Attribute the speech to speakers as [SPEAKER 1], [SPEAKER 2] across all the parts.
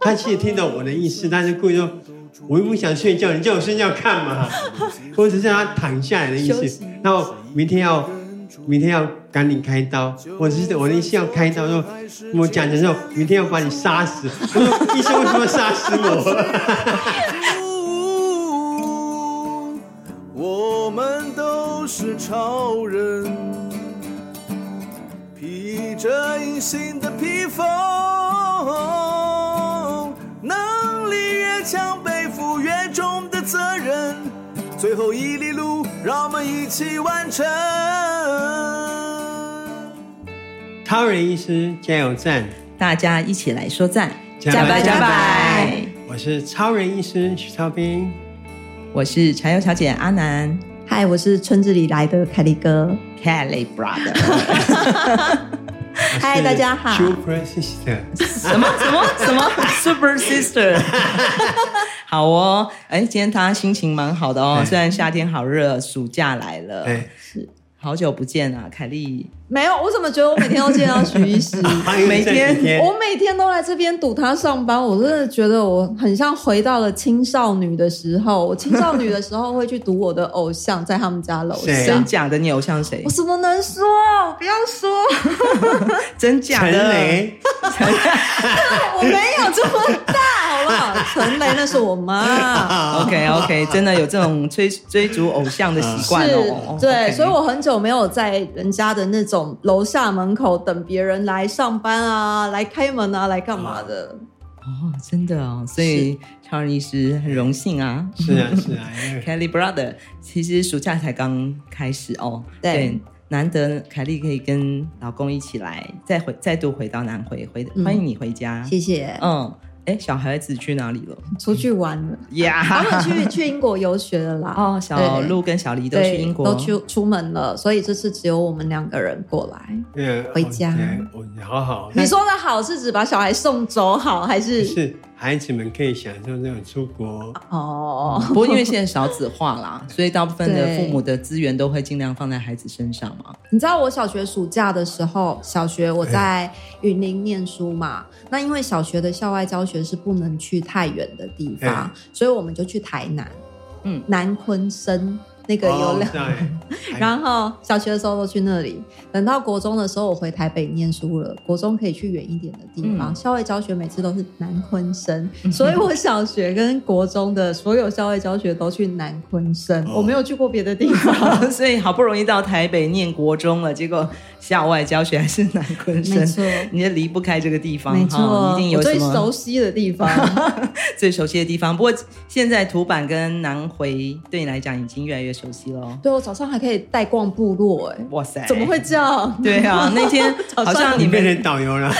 [SPEAKER 1] 他其实听懂我的意思，但是故意说，我又不想睡觉，你叫我睡觉干 嘛？我只是让他躺下来的意
[SPEAKER 2] 休
[SPEAKER 1] 思
[SPEAKER 2] 息。
[SPEAKER 1] 那我明天要，明天要赶紧开刀，我是我的意思要开刀，说我讲的时候，明天要把你杀死。我说医生为什么要杀死 我？
[SPEAKER 3] 我们都是超人，披着隐形的披风，能力越强，背负越重的责任。最后一里路，让我们一起完成。
[SPEAKER 1] 超人医师加油站，
[SPEAKER 2] 大家一起来说赞，
[SPEAKER 1] 加
[SPEAKER 4] 白加
[SPEAKER 2] 白
[SPEAKER 4] 白！
[SPEAKER 1] 我是超人医师徐超斌，
[SPEAKER 2] 我是柴油小姐阿南
[SPEAKER 4] 嗨，我是村子里来的凯利哥。
[SPEAKER 2] Kelly Brother，
[SPEAKER 4] 嗨，大家好。
[SPEAKER 1] ，Super Sister，
[SPEAKER 2] 什么什么什 么 Super Sister，好哦，哎，今天他心情蛮好的哦，
[SPEAKER 1] 哎
[SPEAKER 2] 虽然夏天好热，暑假来了，
[SPEAKER 1] 哎，
[SPEAKER 2] 好久不见啊，凯莉，
[SPEAKER 4] 没有，我怎么觉得我每天都见到徐医师？
[SPEAKER 1] 欢迎
[SPEAKER 2] 每
[SPEAKER 1] 这几
[SPEAKER 2] 天
[SPEAKER 4] 我啊每天都来这边堵他上班，我真的觉得我很像回到了青少女的时候。我青少女的时候会去堵我的偶像，在他们家楼
[SPEAKER 1] 谁
[SPEAKER 4] 下
[SPEAKER 1] 啊。
[SPEAKER 2] 真假的你偶像谁
[SPEAKER 4] 我？什么能说？不要说，
[SPEAKER 2] 真假
[SPEAKER 1] 陈
[SPEAKER 2] 的？
[SPEAKER 1] 雷。
[SPEAKER 4] 我没有这么大，好不好？陈雷那是我 妈，
[SPEAKER 2] OK OK，真哦的有这种追追逐偶像的习惯
[SPEAKER 4] 是
[SPEAKER 2] 哦。
[SPEAKER 4] 对，
[SPEAKER 2] OK
[SPEAKER 4] 所以我很久没有在人家的那种楼下门口等别人来上班啊，来开门啊，来干嘛的？
[SPEAKER 2] 哦，真的哦，所以超人医师很荣幸啊。
[SPEAKER 1] 是啊，是啊，因为
[SPEAKER 2] Kelly Brother，其实暑假才刚开始哦，
[SPEAKER 4] 对
[SPEAKER 2] 难得凯莉可以跟老公一起来，再回再度回到南回，回
[SPEAKER 4] 嗯
[SPEAKER 2] 欢迎你回家。
[SPEAKER 4] 谢谢，
[SPEAKER 2] 嗯，哎，小孩子去哪里 了？
[SPEAKER 4] 出去玩了。
[SPEAKER 2] 呀、
[SPEAKER 4] 他们去 去英国游学了啦。
[SPEAKER 2] 哦，小
[SPEAKER 4] 对
[SPEAKER 2] 鹿跟小黎都去
[SPEAKER 4] 对
[SPEAKER 2] 英国，
[SPEAKER 4] 都出出门了，所以这次只有我们两个人过来。
[SPEAKER 1] 因为
[SPEAKER 4] 回家
[SPEAKER 1] 我我哦好好，
[SPEAKER 4] 你说的好是指把小孩送走好，还
[SPEAKER 1] 就是是孩子们可以享受这种出国，
[SPEAKER 4] 哦？
[SPEAKER 2] 不过因为现在少子化 啦，所以大部分的
[SPEAKER 4] 对
[SPEAKER 2] 父母的资源都会尽量放在孩子身上嘛。
[SPEAKER 4] 你知道我小学暑假的时候，小学我在云林念书嘛，那因为小学的校外教学是不能去太远的地方，所以我们就去台南，
[SPEAKER 2] 嗯哦
[SPEAKER 4] 南昆生那个
[SPEAKER 1] 哦
[SPEAKER 4] 有两。
[SPEAKER 2] 哎
[SPEAKER 1] 对，
[SPEAKER 4] 然后小学的时候都去那里，等到国中的时候我回台北念书了，国中可以去远一点的地方。
[SPEAKER 2] 嗯
[SPEAKER 4] 校外教学每次都是南昆生，所以我小学跟国中的所有校外教学都去南昆生，
[SPEAKER 1] 哦
[SPEAKER 4] 我没有去过别的地 方。
[SPEAKER 2] 所以好不容易到台北念国中了，结果校外教学还是南昆
[SPEAKER 4] 没
[SPEAKER 2] 生，
[SPEAKER 4] 错，
[SPEAKER 2] 你也离不开这个地方，
[SPEAKER 4] 没
[SPEAKER 2] 哈你
[SPEAKER 4] 错，
[SPEAKER 2] 一定有
[SPEAKER 4] 我
[SPEAKER 2] 什
[SPEAKER 4] 最
[SPEAKER 2] 么
[SPEAKER 4] 熟悉的 地方。
[SPEAKER 2] 最熟悉的地方。不过现在土板跟南回对你来讲已经越来越熟悉了哦。
[SPEAKER 4] 对我早上还可以带逛部落、哎，
[SPEAKER 2] 哇塞，
[SPEAKER 4] 怎么会？这 样？
[SPEAKER 2] 对啊，那 天
[SPEAKER 4] 早
[SPEAKER 2] 好
[SPEAKER 4] 上
[SPEAKER 2] 像你
[SPEAKER 1] 你变
[SPEAKER 2] 们
[SPEAKER 1] 成导游 了，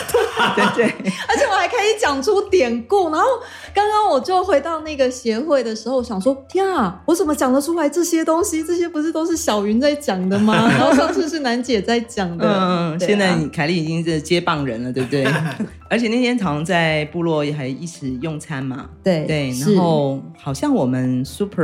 [SPEAKER 2] 对对，
[SPEAKER 4] 而且我还可以讲出典故。然后刚刚我就回到那个协会的时候，我想说天啊，我怎么讲得出来这些东西？这些不是都是小云在讲的 吗？然后上次是楠姐在讲的，
[SPEAKER 2] 嗯，
[SPEAKER 4] 对啊
[SPEAKER 2] 现在你凯莉已经是接棒人了，对不 对？而且那天好像在部落还一起用餐嘛，
[SPEAKER 4] 对
[SPEAKER 2] 对，
[SPEAKER 4] 是
[SPEAKER 2] 然后好像我们 Super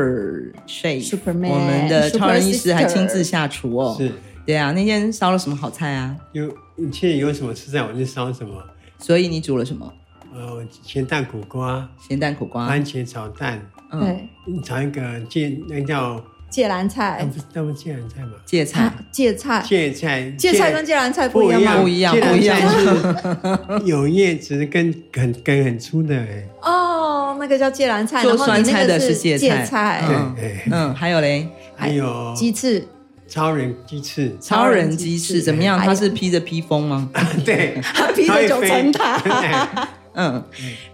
[SPEAKER 2] Shape
[SPEAKER 4] Superman，
[SPEAKER 2] 我们的
[SPEAKER 4] Super
[SPEAKER 2] 超人医师还亲自
[SPEAKER 4] Sister
[SPEAKER 2] 下厨哦。
[SPEAKER 1] 是
[SPEAKER 2] 对啊，那天烧了什么好菜啊？
[SPEAKER 1] 有你现在有什么吃在我就烧什么，
[SPEAKER 2] 所以你煮了什么？
[SPEAKER 1] 呃，咸蛋苦瓜、
[SPEAKER 2] 咸蛋苦
[SPEAKER 4] 啊
[SPEAKER 2] 瓜，
[SPEAKER 1] 番茄炒蛋，
[SPEAKER 2] 嗯，
[SPEAKER 4] 对
[SPEAKER 1] 炒一个芥，那叫
[SPEAKER 4] 芥兰
[SPEAKER 1] 那
[SPEAKER 4] 菜
[SPEAKER 1] 不、是那不是芥兰菜吗？
[SPEAKER 2] 芥菜
[SPEAKER 4] 啊，哎芥菜、
[SPEAKER 1] 芥菜，
[SPEAKER 4] 芥菜跟芥兰菜不
[SPEAKER 1] 不
[SPEAKER 4] 一样吗？
[SPEAKER 2] 不一样
[SPEAKER 1] 芥兰菜
[SPEAKER 2] 不
[SPEAKER 1] 是 有叶子跟很根很粗的，哎，
[SPEAKER 4] 哦，那个叫芥兰菜，
[SPEAKER 2] 做
[SPEAKER 4] 然后
[SPEAKER 2] 酸
[SPEAKER 4] 你
[SPEAKER 2] 菜
[SPEAKER 4] 那
[SPEAKER 2] 的
[SPEAKER 4] 个
[SPEAKER 2] 是
[SPEAKER 4] 是
[SPEAKER 2] 芥菜
[SPEAKER 4] 芥菜
[SPEAKER 1] 对
[SPEAKER 2] 嗯，
[SPEAKER 1] 哎
[SPEAKER 2] 嗯，还有嘞，
[SPEAKER 1] 还有
[SPEAKER 4] 鸡翅。
[SPEAKER 1] 超人鸡 翅，
[SPEAKER 2] 超人鸡翅怎么样？
[SPEAKER 4] 还有
[SPEAKER 2] 他是披着披风吗？
[SPEAKER 1] 对，
[SPEAKER 4] 他披 着九 层塔，
[SPEAKER 1] 对
[SPEAKER 2] 嗯，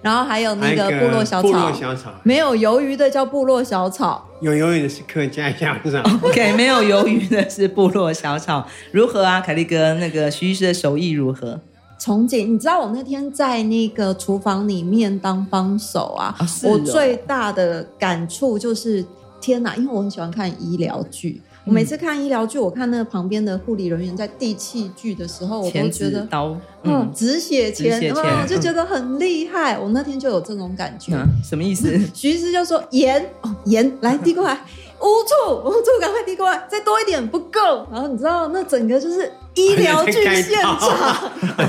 [SPEAKER 4] 然后还有那
[SPEAKER 1] 还
[SPEAKER 4] 个
[SPEAKER 1] 有一
[SPEAKER 4] 部落小
[SPEAKER 1] 部落
[SPEAKER 4] 草，
[SPEAKER 1] 小草，
[SPEAKER 4] 没有鱿鱼的叫部落小草，
[SPEAKER 1] 有游泳的是客家小草，
[SPEAKER 2] OK，没有鱿鱼的是部落小草，如何啊，凯利哥？那个徐医师的手艺如何？
[SPEAKER 4] 憧憬，你知道我那天在那个厨房里面当帮手啊，
[SPEAKER 2] 啊是哦
[SPEAKER 4] 我最大的感触就是天哪，因为我很喜欢看医疗剧。
[SPEAKER 2] 嗯
[SPEAKER 4] 我每次看医疗剧，我看那个旁边的护理人员在递器具的时候，我都
[SPEAKER 2] 钳
[SPEAKER 4] 觉
[SPEAKER 2] 子
[SPEAKER 4] 得，
[SPEAKER 2] 刀，
[SPEAKER 4] 嗯，
[SPEAKER 2] 嗯，
[SPEAKER 4] 止血
[SPEAKER 2] 止血
[SPEAKER 4] 钳，
[SPEAKER 2] 钳
[SPEAKER 4] 嗯，我就觉得很厉害。我那天就有这种感觉。
[SPEAKER 2] 嗯什么意思？
[SPEAKER 4] 徐医师就说：“盐哦，盐来递 过来，无醋无醋，赶快递过来，再多一点不够。”然后你知道那整个就是医 疗剧现场，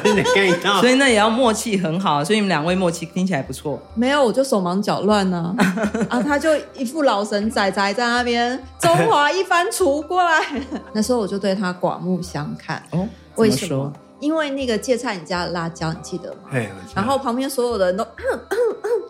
[SPEAKER 1] 真的看到
[SPEAKER 2] 所，以那也要默契很好，所以你们两位默契听起来不错。
[SPEAKER 4] 没有，我就手忙脚乱 呢、啊。啊，他就一副老神仔仔在那边，中华一番锄过来。 那时候我就对他刮目相看。
[SPEAKER 2] 哦，
[SPEAKER 4] 为
[SPEAKER 2] 怎
[SPEAKER 4] 什么
[SPEAKER 2] 说？？
[SPEAKER 4] 因为那个芥菜你家的辣椒，你记得吗？
[SPEAKER 1] 哎，我知道
[SPEAKER 4] 然后旁边所有的人都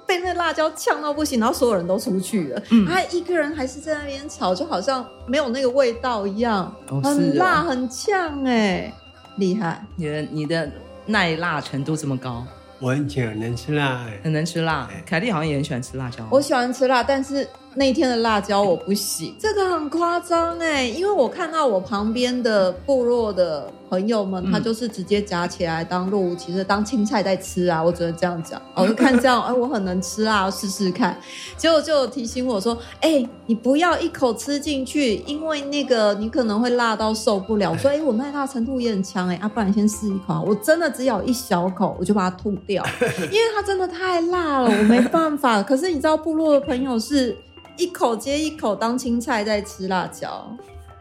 [SPEAKER 4] 被那辣椒呛到不行，然后所有人都出去了，
[SPEAKER 2] 嗯
[SPEAKER 4] 他一个人还是在那边炒，就好像没有那个味道一样，
[SPEAKER 2] 哦是
[SPEAKER 4] 很
[SPEAKER 2] 哦
[SPEAKER 4] 辣很呛哎、厉害！
[SPEAKER 2] 你的你的耐辣程度这么高，
[SPEAKER 1] 我很久能吃辣，
[SPEAKER 2] 很能吃辣
[SPEAKER 1] 哎。
[SPEAKER 2] 凯莉好像也很喜欢吃辣椒。
[SPEAKER 4] 我喜欢吃辣，但是那一天的辣椒我不行，这个很夸张哎，因为我看到我旁边的部落的朋友们，
[SPEAKER 2] 嗯
[SPEAKER 4] 他就是直接夹起来当若无其事当青菜在吃啊，我只能这样讲。我就看这样，哎，我很能吃啊，试试看。结果就有提醒我说，哎，你不要一口吃进去，因为那个你可能会辣到受不了。我说，哎，我耐辣程度也很强哎，啊，不然你先试一口啊。我真的只咬一小口，我就把它吐掉。因为它真的太辣了，我没办法。可是你知道，部落的朋友是一口接一口当青菜在吃辣椒。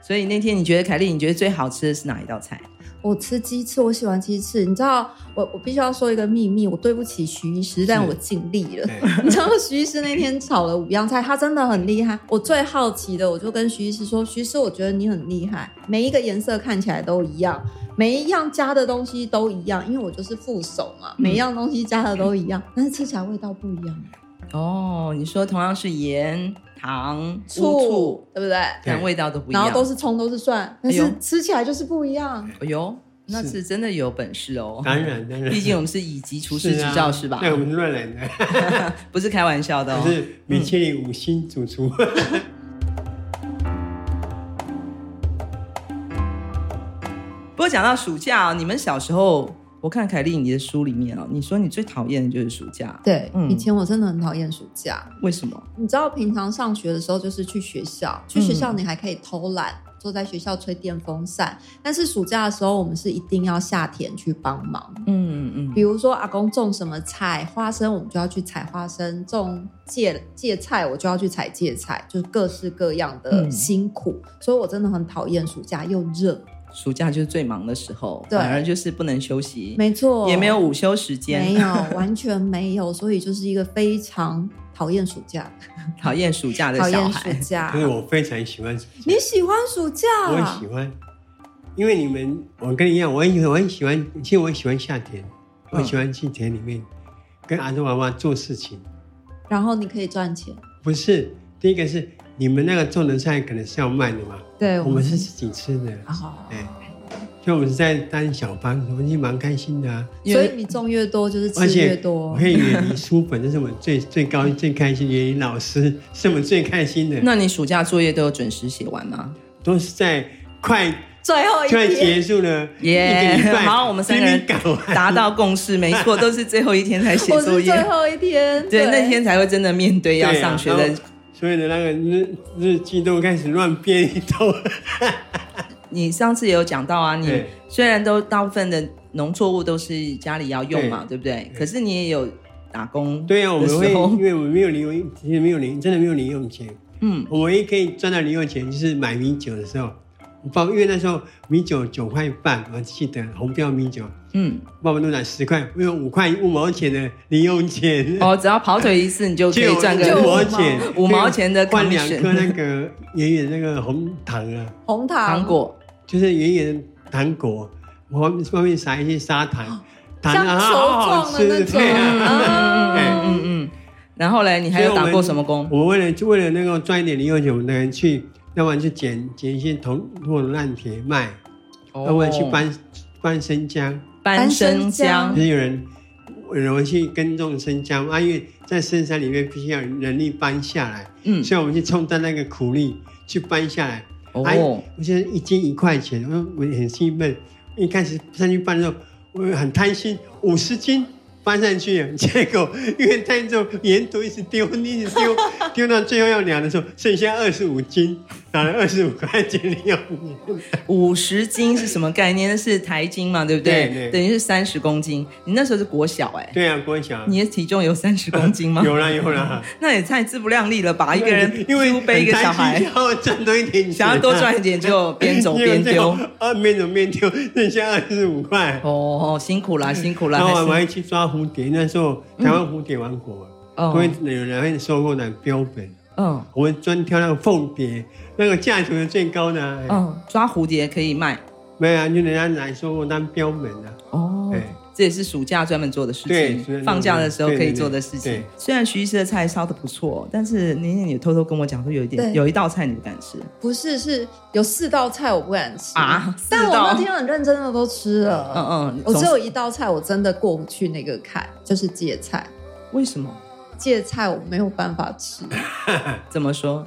[SPEAKER 2] 所以那天你觉得凯莉，你觉得最好吃的是哪一道菜？
[SPEAKER 4] 我吃鸡翅，我喜欢鸡翅。你知道，我我必须要说一个秘密，我对不起徐医师，但我尽力了。
[SPEAKER 1] 哎，
[SPEAKER 4] 你知道徐医师那天炒了五样菜，他真的很厉害。我最好奇的，我就跟徐医师说：“徐医师，我觉得你很厉害，每一个颜色看起来都一样，每一样加的东西都一样，因为我就是副手嘛，
[SPEAKER 2] 嗯
[SPEAKER 4] 每一样东西加的都一样，但是吃起来味道不一样。”
[SPEAKER 2] 哦，你说同样是盐、糖、乌
[SPEAKER 4] 醋
[SPEAKER 2] 醋，，
[SPEAKER 4] 对不对？
[SPEAKER 2] 但味道都不一
[SPEAKER 4] 然
[SPEAKER 2] 样。
[SPEAKER 4] 后都是葱，都是蒜，但
[SPEAKER 2] 哎
[SPEAKER 4] 是
[SPEAKER 2] 呦
[SPEAKER 4] 吃起来就是不一样。
[SPEAKER 2] 哎呦，那是真的有本事哦。
[SPEAKER 1] 当然当然，
[SPEAKER 2] 毕竟我们是乙级厨师
[SPEAKER 1] 啊
[SPEAKER 2] 执照是吧？
[SPEAKER 1] 对，我们是乱来的，
[SPEAKER 2] 不是开玩笑的
[SPEAKER 1] 我
[SPEAKER 2] 哦。
[SPEAKER 1] 是米其林五星主厨。
[SPEAKER 2] 不过讲到暑假哦，你们小时候，我看凯莉你的书里面哦，你说你最讨厌的就是暑假，
[SPEAKER 4] 对，
[SPEAKER 2] 嗯
[SPEAKER 4] 以前我真的很讨厌暑假。
[SPEAKER 2] 为什么？
[SPEAKER 4] 你知道，平常上学的时候就是去学校，去学校
[SPEAKER 2] 嗯
[SPEAKER 4] 你还可以偷懒，坐在学校吹电风扇。但是暑假的时候，我们是一定要下田去帮忙。
[SPEAKER 2] 嗯嗯
[SPEAKER 4] 比如说阿公种什么菜，花生我们就要去采花生；种芥芥菜我就要去采芥菜，就是各式各样的
[SPEAKER 2] 嗯
[SPEAKER 4] 辛苦。所以我真的很讨厌暑假，又热。
[SPEAKER 2] 嗯，暑假就是最忙的时候，
[SPEAKER 4] 对
[SPEAKER 2] 反而就是不能休息，
[SPEAKER 4] 没错，
[SPEAKER 2] 也没有午休时间，
[SPEAKER 4] 没有，完全没有，所以就是一个非常讨厌暑假，
[SPEAKER 2] 讨厌暑假的
[SPEAKER 4] 讨
[SPEAKER 2] 小
[SPEAKER 4] 厌暑
[SPEAKER 2] 孩。
[SPEAKER 4] 假
[SPEAKER 1] 可。是我非常喜欢暑假
[SPEAKER 4] 你喜欢暑假？
[SPEAKER 1] 我很喜欢，因为你们，我跟你一样，我很喜我很喜欢，其实我很喜欢夏天，我很喜欢去田里面跟阿公阿妈做事情。
[SPEAKER 4] 然后你可以赚钱，
[SPEAKER 1] 不是，第一个是你们那个种的菜可能是要卖的嘛，
[SPEAKER 4] 对，
[SPEAKER 1] 我们是自己吃的，
[SPEAKER 2] 啊
[SPEAKER 4] 好。
[SPEAKER 1] 哎，所以我们是在当小帮，我们是蛮开心的啊。
[SPEAKER 2] 因
[SPEAKER 4] 所
[SPEAKER 2] 为
[SPEAKER 4] 以你种越多就是吃
[SPEAKER 1] 而
[SPEAKER 4] 越
[SPEAKER 1] 且
[SPEAKER 4] 多
[SPEAKER 1] 我，可以远离书本，这是我最最高最开心。远离老师是我最开心的，
[SPEAKER 2] 那你暑假作业都有准时写完吗？
[SPEAKER 1] 都是在快
[SPEAKER 4] 最后一
[SPEAKER 1] 快
[SPEAKER 4] 天
[SPEAKER 1] 结束了一个
[SPEAKER 2] 耶、
[SPEAKER 1] 礼拜，
[SPEAKER 2] 好，我们三个人
[SPEAKER 1] 拼命搞完
[SPEAKER 2] 达到共识，没错，都是最后一天才 写
[SPEAKER 4] 我
[SPEAKER 2] 作
[SPEAKER 4] 是
[SPEAKER 2] 业
[SPEAKER 4] 最，后一天，
[SPEAKER 2] 对，那天才会真的面对要
[SPEAKER 1] 对啊
[SPEAKER 2] 上学
[SPEAKER 1] 然
[SPEAKER 2] 的
[SPEAKER 1] 后所有的那个日日记都开始乱编一通。
[SPEAKER 2] 你上次也有讲到啊，你
[SPEAKER 1] 对
[SPEAKER 2] 虽然都大部分的农作物都是家里要用嘛，对不对？
[SPEAKER 1] 对
[SPEAKER 2] 可是你也有打工
[SPEAKER 1] 对啊，我
[SPEAKER 2] 的
[SPEAKER 1] 们会，
[SPEAKER 2] 时候
[SPEAKER 1] 因，为我们没有零用，其实没有零，真的没有零用钱。
[SPEAKER 2] 嗯，
[SPEAKER 1] 我唯一可以赚到零用钱就是买米酒的时候，我爸因为那时候米酒九块半，我记得红标米酒，
[SPEAKER 2] 嗯，
[SPEAKER 1] 爸爸都拿十块，我有五块五毛钱的零用钱，
[SPEAKER 2] 哦，只要跑腿一次，你就可
[SPEAKER 1] 借
[SPEAKER 2] 以
[SPEAKER 1] 我
[SPEAKER 2] 赚
[SPEAKER 4] 就
[SPEAKER 1] 五
[SPEAKER 2] 个
[SPEAKER 1] 毛钱，
[SPEAKER 2] 五毛钱的
[SPEAKER 1] 换两
[SPEAKER 2] commission
[SPEAKER 1] 颗那个圆圆那个红糖啊，
[SPEAKER 4] 红糖
[SPEAKER 2] 糖，果，
[SPEAKER 1] 就是圆圆的糖果，外面外面撒一些砂糖，糖
[SPEAKER 4] 像
[SPEAKER 1] 啊
[SPEAKER 4] 球
[SPEAKER 1] 好好
[SPEAKER 4] 状的那
[SPEAKER 1] 吃，
[SPEAKER 4] 种
[SPEAKER 1] 对啊。
[SPEAKER 4] 啊，
[SPEAKER 1] 哎
[SPEAKER 2] 嗯嗯。然后 嘞，你还有打过什么工？
[SPEAKER 1] 我们为了就为了那个赚一点零用钱，我们能去，要不然去捡捡一些铜或者烂铁卖，
[SPEAKER 2] 哦
[SPEAKER 1] 要不然去搬搬生姜。
[SPEAKER 2] 搬生姜
[SPEAKER 1] 就，是有人有人去耕种生姜，啊，因为在深山里面必须要有人力搬下来，
[SPEAKER 2] 嗯，
[SPEAKER 1] 所以我们去充当那个苦力去搬下来。哎
[SPEAKER 2] 哦，
[SPEAKER 1] 我现在一斤一块钱，我我很兴奋。一开始上去搬的时候，我很贪心，五十斤，发上去了，结果因为太重，沿途一直丢，一直丢，丢到最后要量的时候，剩下二十五斤，拿了二十五块钱的药品。
[SPEAKER 2] 五十斤是什么概念？那是台斤嘛，对不对？
[SPEAKER 1] 对对
[SPEAKER 2] 等于是三十公斤。你那时候是国小哎、
[SPEAKER 1] 对啊，郭晓，
[SPEAKER 2] 你的体重有三十公斤吗？
[SPEAKER 1] 有啦有啦，
[SPEAKER 2] 那也太自不量力了吧！一个人
[SPEAKER 1] 啊因为
[SPEAKER 2] 猪背一个小孩
[SPEAKER 1] 很担心，啊要赚多一点钱啊，
[SPEAKER 2] 想要多赚一点就 边走边丢。
[SPEAKER 1] 啊，边走边丢，剩下二十五块。
[SPEAKER 2] 哦，辛苦啦，辛苦啦，
[SPEAKER 1] 然后我
[SPEAKER 2] 还
[SPEAKER 1] 们
[SPEAKER 2] 是
[SPEAKER 1] 还去抓蝴蝶，那时候台湾蝴蝶王国，
[SPEAKER 2] 嗯
[SPEAKER 1] 因为有人会收购的标本，
[SPEAKER 2] 嗯
[SPEAKER 1] 我们专挑那个凤蝶，那个价值是最高的啊。哎
[SPEAKER 2] 嗯，抓蝴蝶可以卖
[SPEAKER 1] 没有啊，就人家来收购当标本啊哎的。
[SPEAKER 2] 哦
[SPEAKER 1] 对。
[SPEAKER 2] 这也是暑假专门做的事
[SPEAKER 1] 对暑假专
[SPEAKER 2] 情，
[SPEAKER 1] 门
[SPEAKER 2] 放假的时候可以做的事
[SPEAKER 1] 对对
[SPEAKER 2] 情
[SPEAKER 1] 对。
[SPEAKER 2] 虽然徐医师的菜烧的不错，但是宁宁也偷偷跟我讲说有一点，
[SPEAKER 4] 对
[SPEAKER 2] 有一道菜你不敢吃
[SPEAKER 4] 不是，是有四道菜我不敢吃
[SPEAKER 2] 啊
[SPEAKER 4] 但
[SPEAKER 2] 四
[SPEAKER 4] 我
[SPEAKER 2] 道
[SPEAKER 4] 那天很认真的都吃了。
[SPEAKER 2] 嗯嗯
[SPEAKER 4] 我只
[SPEAKER 2] 总
[SPEAKER 4] 有一道菜我真的过不去那个坎，就是芥菜。
[SPEAKER 2] 为什么？
[SPEAKER 4] 芥菜我没有办法吃，
[SPEAKER 2] 怎么说？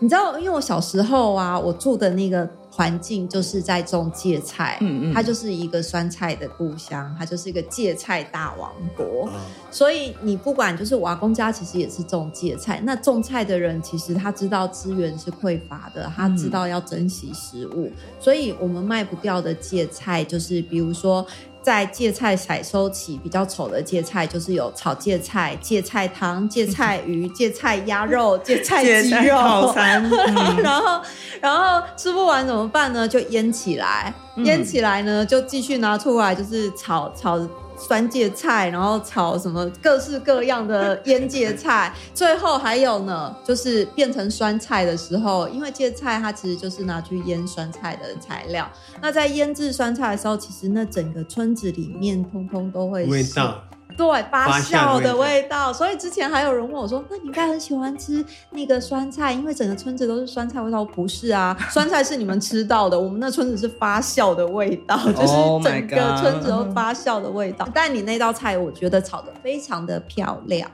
[SPEAKER 4] 你知道，因为我小时候啊，我住的那个环境就是在种芥菜，
[SPEAKER 2] 嗯嗯
[SPEAKER 4] 它就是一个酸菜的故乡，它就是一个芥菜大王国。
[SPEAKER 2] 嗯
[SPEAKER 1] 哦
[SPEAKER 4] 所以你不管就是我阿公家其实也是种芥菜，那种菜的人其实他知道资源是匮乏的，他
[SPEAKER 2] 嗯
[SPEAKER 4] 知道要珍惜食物，所以我们卖不掉的芥菜就是比如说。在芥菜采收期比较丑的芥菜，就是有炒芥菜、芥菜汤、芥菜鱼、芥菜鸭肉、芥菜鸡
[SPEAKER 2] 芥菜
[SPEAKER 4] 肉、
[SPEAKER 2] 套餐， 嗯
[SPEAKER 4] 然后，然后吃不完怎么办呢？就腌起来，
[SPEAKER 2] 嗯
[SPEAKER 4] 腌起来呢，就继续拿出来，就是炒炒酸芥菜，然后炒什么各式各样的腌芥菜，最后还有呢，就是变成酸菜的时候，因为芥菜它其实就是拿去腌酸菜的材料。那在腌制酸菜的时候，其实那整个村子里面通通都会
[SPEAKER 1] 味
[SPEAKER 4] 是
[SPEAKER 1] 道
[SPEAKER 4] 对发
[SPEAKER 1] 酵
[SPEAKER 4] 酵
[SPEAKER 1] 的
[SPEAKER 4] 的
[SPEAKER 1] 味
[SPEAKER 4] 味道，所以之前还有人问我说：“那你应该很喜欢吃那个酸菜，因为整个村子都是酸菜味道。”我说不是 啊，酸菜是你们吃到的，我们那村子是发酵的味道，就是
[SPEAKER 2] Oh my
[SPEAKER 4] 整个
[SPEAKER 2] God
[SPEAKER 4] 村子都发酵的味道。但你那道菜，我觉得炒的非常的漂亮，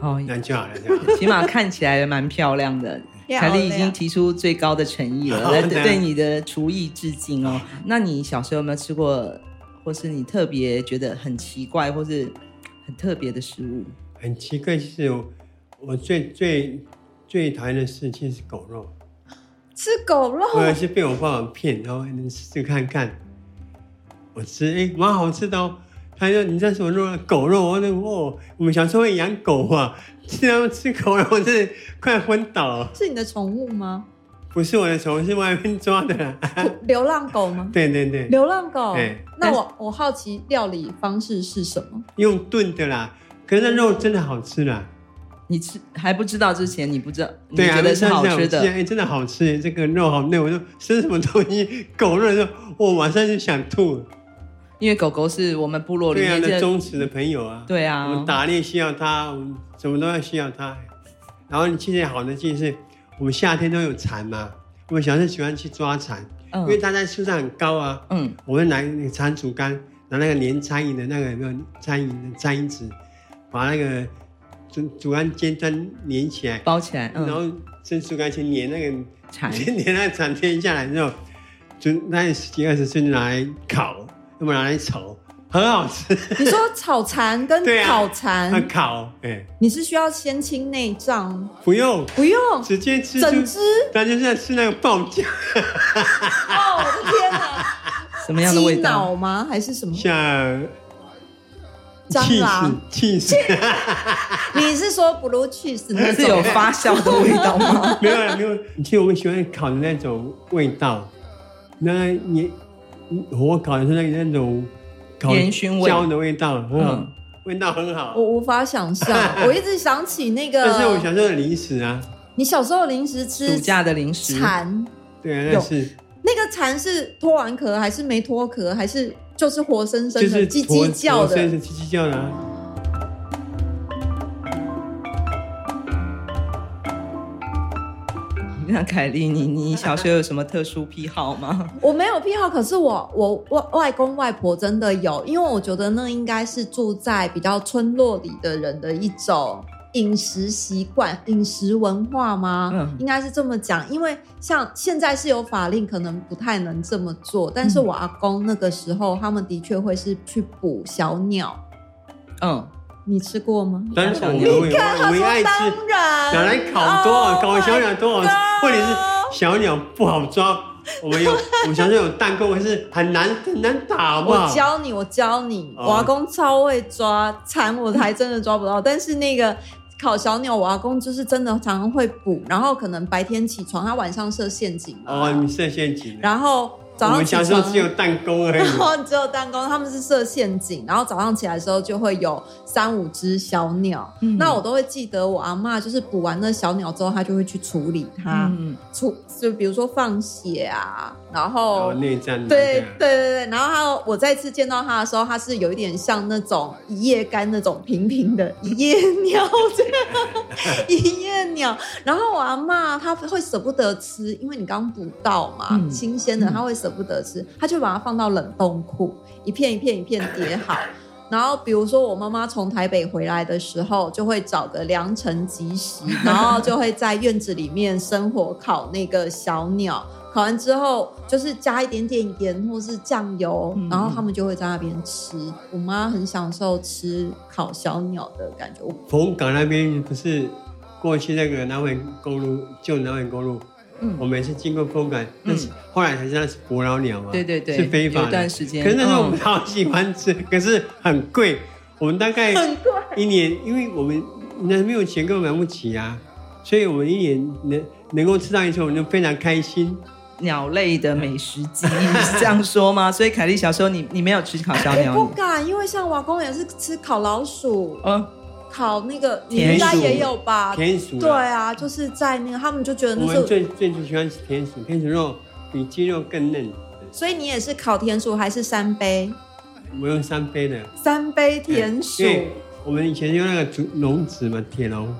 [SPEAKER 2] 哦，
[SPEAKER 1] 那就好了，就好了
[SPEAKER 2] 起码看起来也蛮漂亮的。
[SPEAKER 4] 漂
[SPEAKER 2] 凯
[SPEAKER 4] 亮
[SPEAKER 2] 莉已经提出最高的诚意了，来
[SPEAKER 1] 好的
[SPEAKER 2] 对你的厨艺致敬哦。那你小时候有没有吃过，或是你特别觉得很奇怪，或是很特别的食物？
[SPEAKER 1] 很奇怪，就是我我最最最讨厌的事情是狗肉，
[SPEAKER 4] 吃狗肉
[SPEAKER 1] 我也是被我爸爸骗，然后你试试看看，我吃哎蛮、好吃的哦。他说你这什么肉啊？狗肉？我说哦，我们小时候会养狗啊，吃到吃狗肉，我真的快昏倒了。
[SPEAKER 4] 是你的宠物吗？
[SPEAKER 1] 不是我的手，是外面抓的啦。
[SPEAKER 4] 流浪狗吗？
[SPEAKER 1] 对对对，
[SPEAKER 4] 流浪狗
[SPEAKER 1] 对。
[SPEAKER 4] 那我我好奇料理方式是什么？
[SPEAKER 1] 用炖的啦。可是那肉真的好吃啦，
[SPEAKER 2] 你吃还不知道之前，你不知道，你
[SPEAKER 1] 对啊，
[SPEAKER 2] 觉得是
[SPEAKER 1] 那
[SPEAKER 2] 好吃
[SPEAKER 1] 哎、
[SPEAKER 2] 的，
[SPEAKER 1] 真的好吃，这个肉好嫩。我说吃什么东西？狗肉的时候，哦我马上就想吐。
[SPEAKER 2] 因为狗狗是我们部落哦里
[SPEAKER 1] 对啊，
[SPEAKER 2] 面
[SPEAKER 1] 那
[SPEAKER 2] 这
[SPEAKER 1] 忠实的朋友啊，
[SPEAKER 2] 对
[SPEAKER 1] 我们
[SPEAKER 2] 啊，
[SPEAKER 1] 打猎需要它，我们什么都要需要它。然后现在好的就是，我们夏天都有蝉嘛，我们小时候喜欢去抓蝉，因为
[SPEAKER 2] 嗯
[SPEAKER 1] 它在树上很高啊。
[SPEAKER 2] 嗯
[SPEAKER 1] 我们拿那个餐竹竿，拿那个连餐椅的那个那个餐椅的餐椅子，把那个竹竹竿尖端连起来，
[SPEAKER 2] 包起来，
[SPEAKER 1] 然
[SPEAKER 2] 嗯，
[SPEAKER 1] 后伸竹竿去粘那个
[SPEAKER 2] 柴
[SPEAKER 1] 粘那个铲片下来之后，就那十几二十岁就拿来烤，要么拿来炒，很好吃。
[SPEAKER 4] 你说炒蚕跟
[SPEAKER 1] 对啊
[SPEAKER 4] 烤蚕，
[SPEAKER 1] 它 烤，哎、
[SPEAKER 4] 你是需要先清内脏，
[SPEAKER 1] 不用
[SPEAKER 4] 不用
[SPEAKER 1] 直接吃
[SPEAKER 4] 整
[SPEAKER 1] 就，
[SPEAKER 4] 只。
[SPEAKER 1] 它就是要吃那个爆酱，
[SPEAKER 4] 哦，我的天哪！
[SPEAKER 2] 什么样的味
[SPEAKER 4] 鸡
[SPEAKER 2] 道？
[SPEAKER 4] 脑吗？还是什么？
[SPEAKER 1] 像
[SPEAKER 4] 蟑螂
[SPEAKER 1] cheese cheese
[SPEAKER 4] 你是说 blue cheese 那
[SPEAKER 2] 是有
[SPEAKER 4] 种？
[SPEAKER 2] 发酵的味道 吗？
[SPEAKER 1] 没有啦没有啦，其实我们喜欢烤的那种味道，那也火烤的是那个那种烤
[SPEAKER 2] 烟熏味
[SPEAKER 1] 焦的味道，很好，
[SPEAKER 2] 嗯
[SPEAKER 1] 味道很好
[SPEAKER 4] 我。无法 想象，我一直想起那
[SPEAKER 1] 但是我
[SPEAKER 4] 个
[SPEAKER 1] 小时候的零食啊，
[SPEAKER 4] 你小时候零食吃
[SPEAKER 2] 暑假的零食，
[SPEAKER 4] 蝉，
[SPEAKER 1] 对啊，
[SPEAKER 4] 有
[SPEAKER 1] 那是
[SPEAKER 4] 那个蝉是脱完壳还是没脱壳，还是就是活生生
[SPEAKER 1] 就
[SPEAKER 4] 的
[SPEAKER 1] 是
[SPEAKER 4] 叽叽叫
[SPEAKER 1] 所以
[SPEAKER 4] 的？
[SPEAKER 1] 是叽叽叫的啊。
[SPEAKER 2] 那凯莉，你你小时候有什么特殊癖好吗？
[SPEAKER 4] 我没有癖好，可是我我外外公外婆真的有，因为我觉得那应该是住在比较村落里的人的一种饮食习惯、饮食文化吗？
[SPEAKER 2] 嗯
[SPEAKER 4] 应该是这么讲，因为像现在是有法令，可能不太能
[SPEAKER 1] 嗯
[SPEAKER 4] 这么做，但是我阿公那个时候，他们的确会是去捕小鸟。
[SPEAKER 2] 嗯，
[SPEAKER 4] 你吃过吗？
[SPEAKER 1] 当然我们我们我们爱吃，
[SPEAKER 4] 当然，哦
[SPEAKER 1] 拿来烤多少烤小鸟多少，问题是小鸟不好抓。我们 有，我们小时候有弹弓，可是很难很难打嘛。
[SPEAKER 4] 我教你，我教你，
[SPEAKER 1] 哦
[SPEAKER 4] 我阿公超会抓蚕，我还真的抓不到。但是那个烤小鸟，我阿公就是真的常常会捕，然后可能白天起床，他晚上设陷阱嘛
[SPEAKER 1] 哦，你设陷阱了。
[SPEAKER 4] 然后早
[SPEAKER 1] 我
[SPEAKER 4] 上
[SPEAKER 1] 们
[SPEAKER 4] 起
[SPEAKER 1] 小时候
[SPEAKER 4] 床
[SPEAKER 1] 只有弹弓而已
[SPEAKER 4] 然。后只有弹弓，他们是设陷阱，然后早上起来的时候就会有三五只小鸟。
[SPEAKER 2] 嗯
[SPEAKER 4] 那我都会记得我阿嬷就是捕完那小鸟之后，她就会去处理它，
[SPEAKER 2] 嗯，
[SPEAKER 4] 处就比如说放血啊，然
[SPEAKER 1] 然
[SPEAKER 4] 后
[SPEAKER 1] 后内战。
[SPEAKER 4] 对对对对，然后他我再次见到他的时候，他是有一点像那种一夜干那种平平的一夜鸟这样，一夜鸟。然后我阿妈她会舍不得吃，因为你刚捕到嘛，
[SPEAKER 2] 嗯
[SPEAKER 4] 新鲜的，
[SPEAKER 2] 嗯
[SPEAKER 4] 她会舍不得吃，她就把它放到冷冻库，一片一片一片叠好。然后，比如说我妈妈从台北回来的时候，就会找个良辰吉 时，然后就会在院子里面生火烤那个小鸟。烤完之后，就是加一点点盐或是酱油，
[SPEAKER 2] 嗯
[SPEAKER 4] 然后他们就会在那边吃。我妈很享受吃烤小鸟的感觉。我
[SPEAKER 1] 澎港那边不是过去那个南回公路，旧南回公路，
[SPEAKER 2] 嗯
[SPEAKER 1] 我每次经过澎港，但是后来才知道是捕老鸟嘛，
[SPEAKER 2] 对对对，
[SPEAKER 1] 是非
[SPEAKER 2] 有
[SPEAKER 1] 法
[SPEAKER 2] 一
[SPEAKER 1] 的
[SPEAKER 2] 段。时间，
[SPEAKER 1] 可是那时候我
[SPEAKER 2] 嗯
[SPEAKER 1] 们好喜欢吃，可是很贵，我们大概
[SPEAKER 4] 很贵，
[SPEAKER 1] 一年，因为我们那没有钱根本买不起啊，所以我们一年能能够吃到一次，我们就非常开心。
[SPEAKER 2] 鸟类的美食记忆是这样说吗？所以凯莉小时候你你没有吃烤小鸟，
[SPEAKER 4] 不
[SPEAKER 2] 你
[SPEAKER 4] 敢，因为像我阿公也是吃烤老鼠、
[SPEAKER 2] 嗯
[SPEAKER 4] 烤那个，你
[SPEAKER 2] 田
[SPEAKER 4] 应该
[SPEAKER 1] 鼠
[SPEAKER 4] 也有吧？
[SPEAKER 1] 田鼠
[SPEAKER 4] 对
[SPEAKER 1] 啊，
[SPEAKER 4] 啊，就是在那个，他们就觉得
[SPEAKER 1] 我
[SPEAKER 4] 那
[SPEAKER 1] 们
[SPEAKER 4] 是，
[SPEAKER 1] 最最最喜欢吃田鼠，田鼠肉比鸡肉更嫩。
[SPEAKER 4] 所以你也是烤田鼠还是三杯？
[SPEAKER 1] 我用三杯的
[SPEAKER 4] 三杯田鼠
[SPEAKER 2] 哎
[SPEAKER 1] 因，为我们以前用那个竹笼子嘛，铁笼，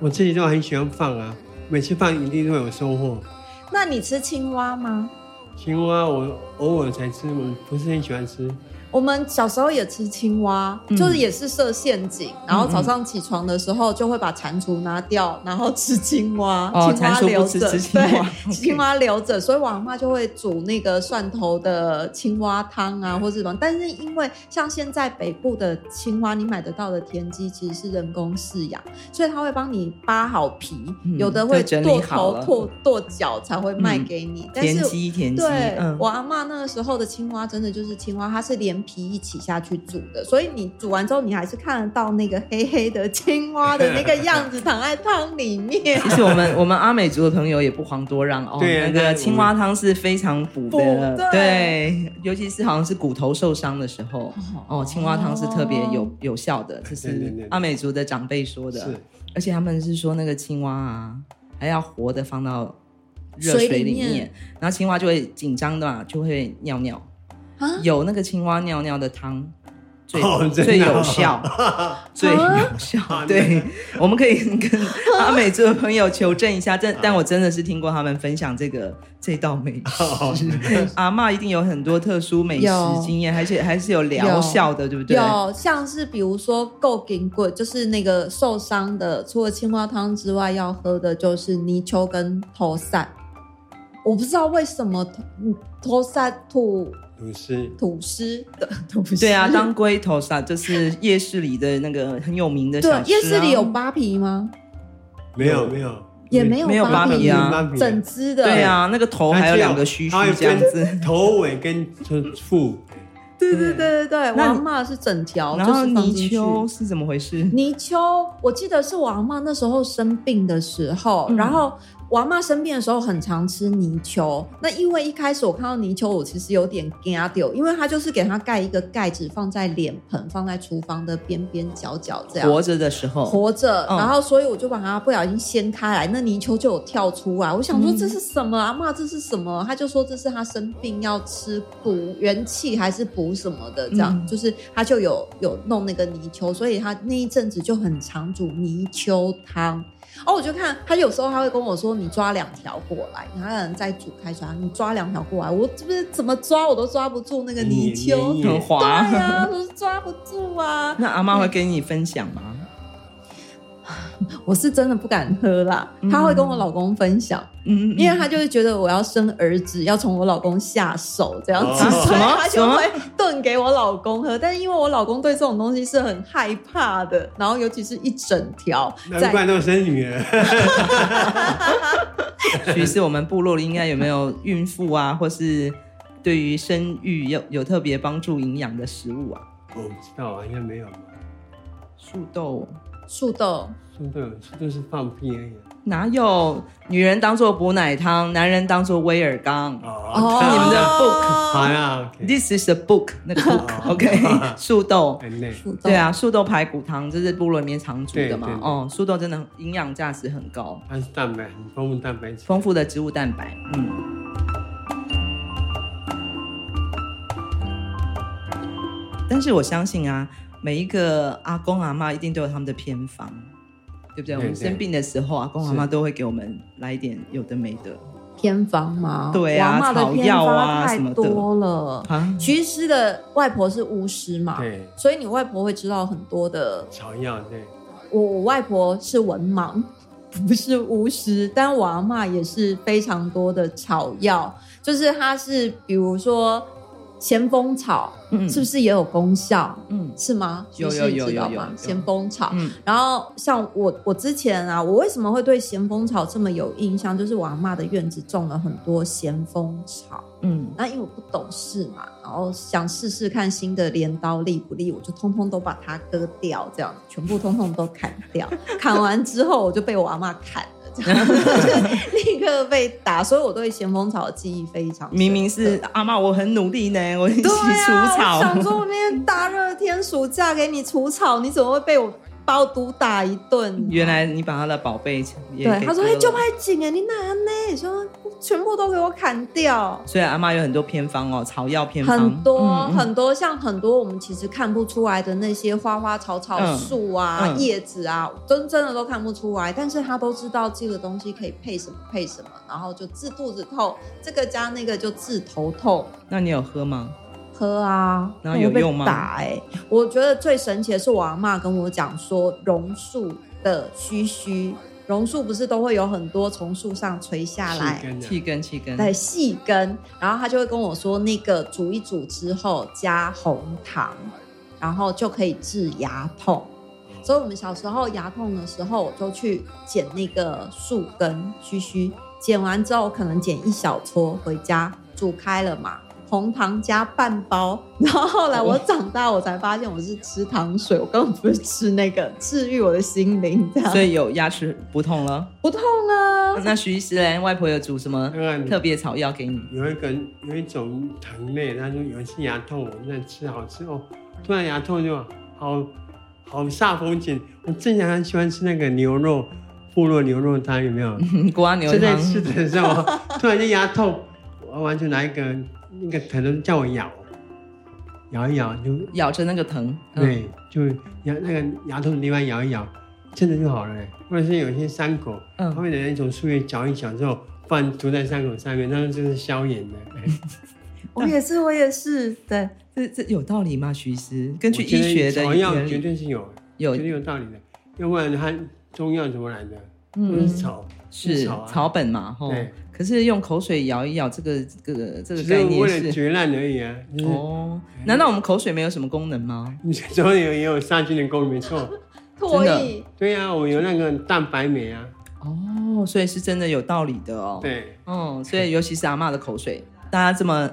[SPEAKER 1] 我自己都很喜欢放啊，每次放一定都有收获。
[SPEAKER 4] 那你吃青蛙吗？
[SPEAKER 1] 青蛙我偶尔才吃，我不是很喜欢吃。
[SPEAKER 4] 我们小时候也吃青蛙，
[SPEAKER 2] 嗯
[SPEAKER 4] 就是也是设陷阱，然后早上起床的时候就会把蟾蜍拿掉，然后吃青蛙，
[SPEAKER 2] 哦
[SPEAKER 4] 青蛙
[SPEAKER 2] 蟾蜍不
[SPEAKER 4] 留
[SPEAKER 2] 吃
[SPEAKER 4] 着，
[SPEAKER 2] 吃青蛙
[SPEAKER 4] 对
[SPEAKER 2] OK
[SPEAKER 4] 青蛙留着，所以我阿妈就会煮那个蒜头的青蛙汤啊，或是什么。但是因为像现在北部的青蛙，你买得到的田鸡其实是人工饲养，所以他会帮你扒好皮，
[SPEAKER 2] 嗯
[SPEAKER 4] 有的会
[SPEAKER 2] 再整理
[SPEAKER 4] 剁
[SPEAKER 2] 好
[SPEAKER 4] 头
[SPEAKER 2] 了、嗯
[SPEAKER 4] 剁剁脚才会卖给你，但
[SPEAKER 2] 田
[SPEAKER 4] 是。
[SPEAKER 2] 鸡田鸡，
[SPEAKER 4] 对、
[SPEAKER 2] 嗯
[SPEAKER 4] 我阿嬷那个时候的青蛙，真的就是青蛙，它是连皮一起下去煮的，所以你煮完之后，你还是看得到那个黑黑的青蛙的那个样子躺在汤里面。
[SPEAKER 2] 其实我们我们阿美族的朋友也不遑多让哦，
[SPEAKER 1] 对啊
[SPEAKER 2] 那
[SPEAKER 1] 那我
[SPEAKER 2] 个
[SPEAKER 1] 们
[SPEAKER 2] 青蛙汤是非常补
[SPEAKER 4] 补
[SPEAKER 2] 的
[SPEAKER 4] 对，
[SPEAKER 2] 对，尤其是好像是骨头受伤的时候，
[SPEAKER 4] 哦
[SPEAKER 2] 哦，青蛙汤是特别有有效的，这
[SPEAKER 1] 对对
[SPEAKER 2] 是
[SPEAKER 1] 对
[SPEAKER 2] 阿美族的长辈说的，
[SPEAKER 1] 是，
[SPEAKER 2] 而且他们是说那个青蛙啊，还要活的放到热水
[SPEAKER 4] 水
[SPEAKER 2] 里
[SPEAKER 4] 里
[SPEAKER 2] 面，
[SPEAKER 4] 面
[SPEAKER 2] 然后青蛙就会紧张的嘛，就会尿 尿，
[SPEAKER 4] 啊
[SPEAKER 2] 有那个青蛙尿尿的汤。最、
[SPEAKER 1] 哦真的哦
[SPEAKER 2] 最有效， 最
[SPEAKER 4] 啊
[SPEAKER 2] 有效。对，我们可以跟阿美族的朋友求证一下， 但但我真的是听过他们分享这个这道美
[SPEAKER 1] 哦
[SPEAKER 2] 食。阿嬷一定有很多特殊美食
[SPEAKER 4] 有
[SPEAKER 2] 经验，而且还是有疗
[SPEAKER 4] 有
[SPEAKER 2] 效的，对 不对？
[SPEAKER 4] 有像是比如说够筋棍，就是那个受伤的，除了青蛙汤之外，要喝的就是泥鳅跟头散。我不知道为什么头嗯头散吐
[SPEAKER 1] 不是
[SPEAKER 4] 吐司的吐司，
[SPEAKER 2] 对啊，当归头沙就是夜市里的那个很有名的小吃、啊。
[SPEAKER 4] 对夜市里有扒皮吗？
[SPEAKER 1] 没有
[SPEAKER 2] 嗯
[SPEAKER 1] 没有
[SPEAKER 4] 也没有
[SPEAKER 2] 没有扒
[SPEAKER 4] 扒
[SPEAKER 2] 皮啊
[SPEAKER 1] 没有
[SPEAKER 4] 整只的，
[SPEAKER 2] 对啊，那个头还有两个须须
[SPEAKER 1] 它有
[SPEAKER 2] 这样子。
[SPEAKER 1] 头尾跟腹，
[SPEAKER 4] 对对对对对，我
[SPEAKER 2] 那
[SPEAKER 4] 阿
[SPEAKER 2] 你
[SPEAKER 4] 嬷是整条，
[SPEAKER 2] 然
[SPEAKER 4] 就
[SPEAKER 2] 后
[SPEAKER 4] 是放进
[SPEAKER 2] 泥
[SPEAKER 4] 去。
[SPEAKER 2] 鳅是怎么回事？
[SPEAKER 4] 泥鳅，我记得是我阿嬷那时候生病的时候，
[SPEAKER 2] 嗯
[SPEAKER 4] 然后我阿嬷生病的时候很常吃泥鳅。那因为一开始我看到泥鳅，我其实有点惊掉，因为它就是给它盖一个盖子，放在脸盆，放在厨房的边边角角这样。
[SPEAKER 2] 活着的时候，
[SPEAKER 4] 活着，
[SPEAKER 2] 嗯
[SPEAKER 4] 然后所以我就把它不小心掀开来，那泥鳅就有跳出来。我想说
[SPEAKER 2] 嗯
[SPEAKER 4] 这是什么？阿嬷这是什么？他就说这是他生病要吃补元气还是补什么的，这样、
[SPEAKER 2] 嗯
[SPEAKER 4] 就是他就有有弄那个泥鳅，所以他那一阵子就很常煮泥鳅汤。哦，我就看他有时候他会跟我说：“你抓两条过来。”然后可能在煮开水，你抓两条过来，我这边怎么抓我都抓不住那个泥鳅，
[SPEAKER 1] 泥
[SPEAKER 4] 对啊
[SPEAKER 1] 泥
[SPEAKER 2] 很滑。
[SPEAKER 4] 呀、都是抓不住啊。
[SPEAKER 2] 那阿妈会跟你分享吗？
[SPEAKER 4] 我是真的不敢喝啦，
[SPEAKER 2] 嗯
[SPEAKER 4] 他会跟我老公分享，
[SPEAKER 2] 嗯，
[SPEAKER 4] 因为他就会觉得我要生儿子，要从我老公下手这样子，
[SPEAKER 1] 哦
[SPEAKER 4] 所以他就会对炖给我老公喝，但是因为我老公对这种东西是很害怕的，然后尤其是一整条，
[SPEAKER 1] 难怪都生女儿。
[SPEAKER 2] 于是嗯我们部落里应该有没有孕妇啊， 或是对于生育有有特别帮助营养的食物啊？
[SPEAKER 1] 我不知道啊，应该没有吧？
[SPEAKER 2] 树豆
[SPEAKER 4] 树豆
[SPEAKER 1] 真的，这就是放屁而已啊。
[SPEAKER 2] 哪有女人当做补奶汤，男人当做威尔刚、
[SPEAKER 1] 哦，
[SPEAKER 2] 你们的 book
[SPEAKER 1] 好呀，OK，
[SPEAKER 2] t h i s is a book，那个
[SPEAKER 4] 哦
[SPEAKER 2] book，OK，、树 豆。
[SPEAKER 1] 很累。
[SPEAKER 4] 树豆
[SPEAKER 2] 对，啊，素豆排骨汤这是部落里面常煮的
[SPEAKER 1] 对
[SPEAKER 2] 嘛
[SPEAKER 1] 对。对
[SPEAKER 2] 哦，素豆真的很营养价值很高，
[SPEAKER 1] 它是蛋白，很丰富蛋白质。
[SPEAKER 2] 丰富的植物蛋白。嗯，但是我相信啊，每一个阿公阿妈一定都有他们的偏方，对不对？
[SPEAKER 1] 对
[SPEAKER 2] 我们
[SPEAKER 1] 对
[SPEAKER 2] 生病的时候，阿公阿
[SPEAKER 1] 是
[SPEAKER 2] 妈都会给我们来一点有的没的
[SPEAKER 4] 偏方吗？
[SPEAKER 2] 对啊
[SPEAKER 4] 我阿嬷的
[SPEAKER 2] 草
[SPEAKER 4] 偏
[SPEAKER 2] 药啊
[SPEAKER 4] 方太
[SPEAKER 2] 什么的
[SPEAKER 4] 多了。
[SPEAKER 2] 啊。
[SPEAKER 4] 徐医师的外婆是巫师嘛，
[SPEAKER 1] 对，
[SPEAKER 4] 所以你外婆会知道很多的
[SPEAKER 1] 草药对，
[SPEAKER 4] 我我外婆是文盲，不是巫师，但我阿嬷也是非常多的草药，就是它是比如说咸丰草，
[SPEAKER 2] 嗯
[SPEAKER 4] 是不是也有功效？
[SPEAKER 2] 嗯
[SPEAKER 4] 是吗？
[SPEAKER 2] 有
[SPEAKER 4] 是
[SPEAKER 2] 有
[SPEAKER 4] 你
[SPEAKER 2] 有
[SPEAKER 4] 知道
[SPEAKER 2] 有有
[SPEAKER 4] 吗
[SPEAKER 2] 有
[SPEAKER 4] 咸丰草。
[SPEAKER 2] 嗯
[SPEAKER 4] 然后像我，我之前啊，我为什么会对咸丰草这么有印象？就是我阿嬷的院子种了很多咸丰草，
[SPEAKER 2] 嗯，
[SPEAKER 4] 那因为我不懂事嘛，然后想试试看新的镰刀利不利，我就通通都把它割掉，这样全部通通都砍掉。砍完之后，我就被我阿妈砍了，这样 就是立刻被打。所以我对咸丰草的记忆非常深刻
[SPEAKER 2] 明明是阿妈，我很努力呢，我一起
[SPEAKER 4] 呃对
[SPEAKER 2] 除
[SPEAKER 4] 啊，
[SPEAKER 2] 草。
[SPEAKER 4] 我想说我那天大热天暑假给你除草，你怎么会被我把我毒打一顿？
[SPEAKER 2] 原来你把他的宝贝也
[SPEAKER 4] 对
[SPEAKER 2] 给
[SPEAKER 4] 他说：“
[SPEAKER 2] 割
[SPEAKER 4] 哎、
[SPEAKER 2] 了
[SPEAKER 4] 就拍紧哎，你哪呢？说全部都给我砍掉。”
[SPEAKER 2] 所以阿妈有很多偏方哦，草药偏方
[SPEAKER 4] 很多、
[SPEAKER 2] 嗯嗯
[SPEAKER 4] 很多，像很多我们其实看不出来的那些花花草草、
[SPEAKER 2] 嗯
[SPEAKER 4] 树啊、
[SPEAKER 2] 嗯
[SPEAKER 4] 叶子啊，真真的都看不出来。但是他都知道这个东西可以配什么配什么，然后就治肚子痛，这个加那个就治头痛。
[SPEAKER 2] 那你有喝吗？
[SPEAKER 4] 喝啊，
[SPEAKER 2] 然后有
[SPEAKER 4] 我被
[SPEAKER 2] 用吗
[SPEAKER 4] 打哎、我觉得最神奇的是我阿妈跟我讲说，榕树的须须，榕树不是都会有很多从树上垂下来
[SPEAKER 1] 细，根啊的
[SPEAKER 2] 气根气根，
[SPEAKER 4] 对细根，然后他就会跟我说，那个煮一煮之后加红糖，然后就可以治牙痛。所以我们小时候牙痛的时候，我就去捡那个树根须须，捡完之后我可能捡一小撮回家煮开了嘛，红糖加半包。然后后来我
[SPEAKER 2] 哦
[SPEAKER 4] 长大，我才发现我是吃糖水，我根本不是吃那个治愈我的心灵这样
[SPEAKER 2] 所。以嗯有牙齿不痛了。
[SPEAKER 4] 不痛啊，
[SPEAKER 2] 那徐医师嘞，外婆有煮什么
[SPEAKER 1] 那个
[SPEAKER 2] 特别草药给你？
[SPEAKER 1] 有一个有一种糖类，他说有一次牙痛，我在吃好吃哦，突然牙痛就好好煞风景。我正想很喜欢吃那个牛肉部落牛肉汤，有没有？
[SPEAKER 2] 嗯，瓜牛
[SPEAKER 1] 正在
[SPEAKER 2] 汤。
[SPEAKER 1] 吃的时候，突然间牙痛，我完全拿一个那个疼的叫我咬，咬一咬就
[SPEAKER 2] 咬着那个藤，嗯，
[SPEAKER 1] 对，就牙那个牙痛的地方咬一咬，真的就好了、欸。或者是有一些伤口，
[SPEAKER 2] 嗯
[SPEAKER 1] 他会拿一种树叶嚼一嚼之后，不然涂在伤口上面，那就是消炎的。欸
[SPEAKER 4] 我也是，我也是，对。
[SPEAKER 2] 这这有道理吗？徐医师，根据
[SPEAKER 1] 我觉
[SPEAKER 2] 医
[SPEAKER 1] 得
[SPEAKER 2] 学的
[SPEAKER 1] 草药
[SPEAKER 2] 原
[SPEAKER 1] 绝
[SPEAKER 2] 理，
[SPEAKER 1] 对是有，
[SPEAKER 2] 有
[SPEAKER 1] 绝对有道理的，要不然它中药怎么来的？
[SPEAKER 2] 嗯
[SPEAKER 1] 都是草，
[SPEAKER 2] 是
[SPEAKER 1] 草啊
[SPEAKER 2] 草本嘛，吼
[SPEAKER 1] 对。
[SPEAKER 2] 可是用口水咬一咬，这个这个这
[SPEAKER 1] 只
[SPEAKER 2] 个
[SPEAKER 1] 是
[SPEAKER 2] 概念
[SPEAKER 1] 为了
[SPEAKER 2] 是
[SPEAKER 1] 绝烂而已啊。就是
[SPEAKER 2] 哦，难道我们口水没有什么功能吗？
[SPEAKER 1] 你总有也有杀菌的功能，没错。
[SPEAKER 4] 唾
[SPEAKER 2] 真的
[SPEAKER 4] 液
[SPEAKER 1] 对呀、啊，我有那个蛋白酶啊。
[SPEAKER 2] 哦，所以是真的有道理的哦。
[SPEAKER 1] 对，
[SPEAKER 2] 嗯，所以尤其是阿嬷的口水，大家这么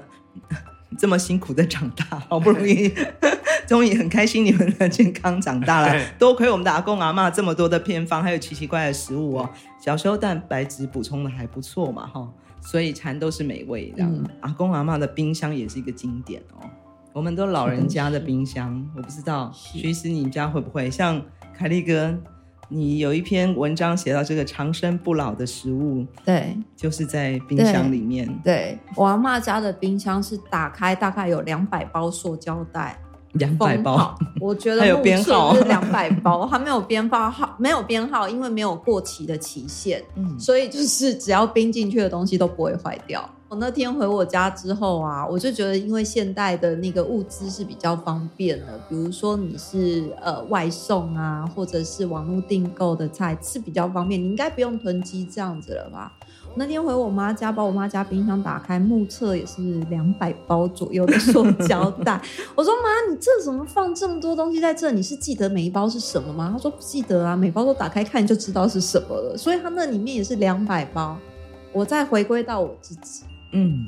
[SPEAKER 2] 这么辛苦的长大，好不容易， 终于很开心你们的健康长大了
[SPEAKER 1] 对。
[SPEAKER 2] 多亏我们的阿公阿嬷这么多的偏方，还有奇奇怪的食物哦。小时候蛋白质补充的还不错嘛，哈，所以馋都是美味的。
[SPEAKER 4] 嗯
[SPEAKER 2] 阿公阿嬷的冰箱也是一个经典哦。我们都老人家的冰箱，我不知道，徐师你家会不会像凯利哥？你有一篇文章写到这个长生不老的食物，
[SPEAKER 4] 对
[SPEAKER 2] 就是在冰箱里面，
[SPEAKER 4] 对，我阿妈家的冰箱是打开大概有两百包塑胶袋，
[SPEAKER 2] 两百
[SPEAKER 4] 封
[SPEAKER 2] 包
[SPEAKER 4] 好，我觉得
[SPEAKER 2] 还有编号
[SPEAKER 4] 两百包，它没有编号号，没有编号，因为没有过期的期限，
[SPEAKER 2] 嗯，
[SPEAKER 4] 所以就是只要冰进去的东西都不会坏掉。我那天回我家之后啊，我就觉得，因为现代的那个物资是比较方便的，比如说你是呃外送啊，或者是网络订购的菜是比较方便，你应该不用囤积这样子了吧？那天回我妈家，把我妈家冰箱打开，目测也是两百包左右的塑胶袋。我说妈，你这怎么放这么多东西在这？你是记得每一包是什么吗？她说不记得啊，每包都打开看就知道是什么了。所以它那里面也是两百包。我再回归到我自己，
[SPEAKER 2] 嗯，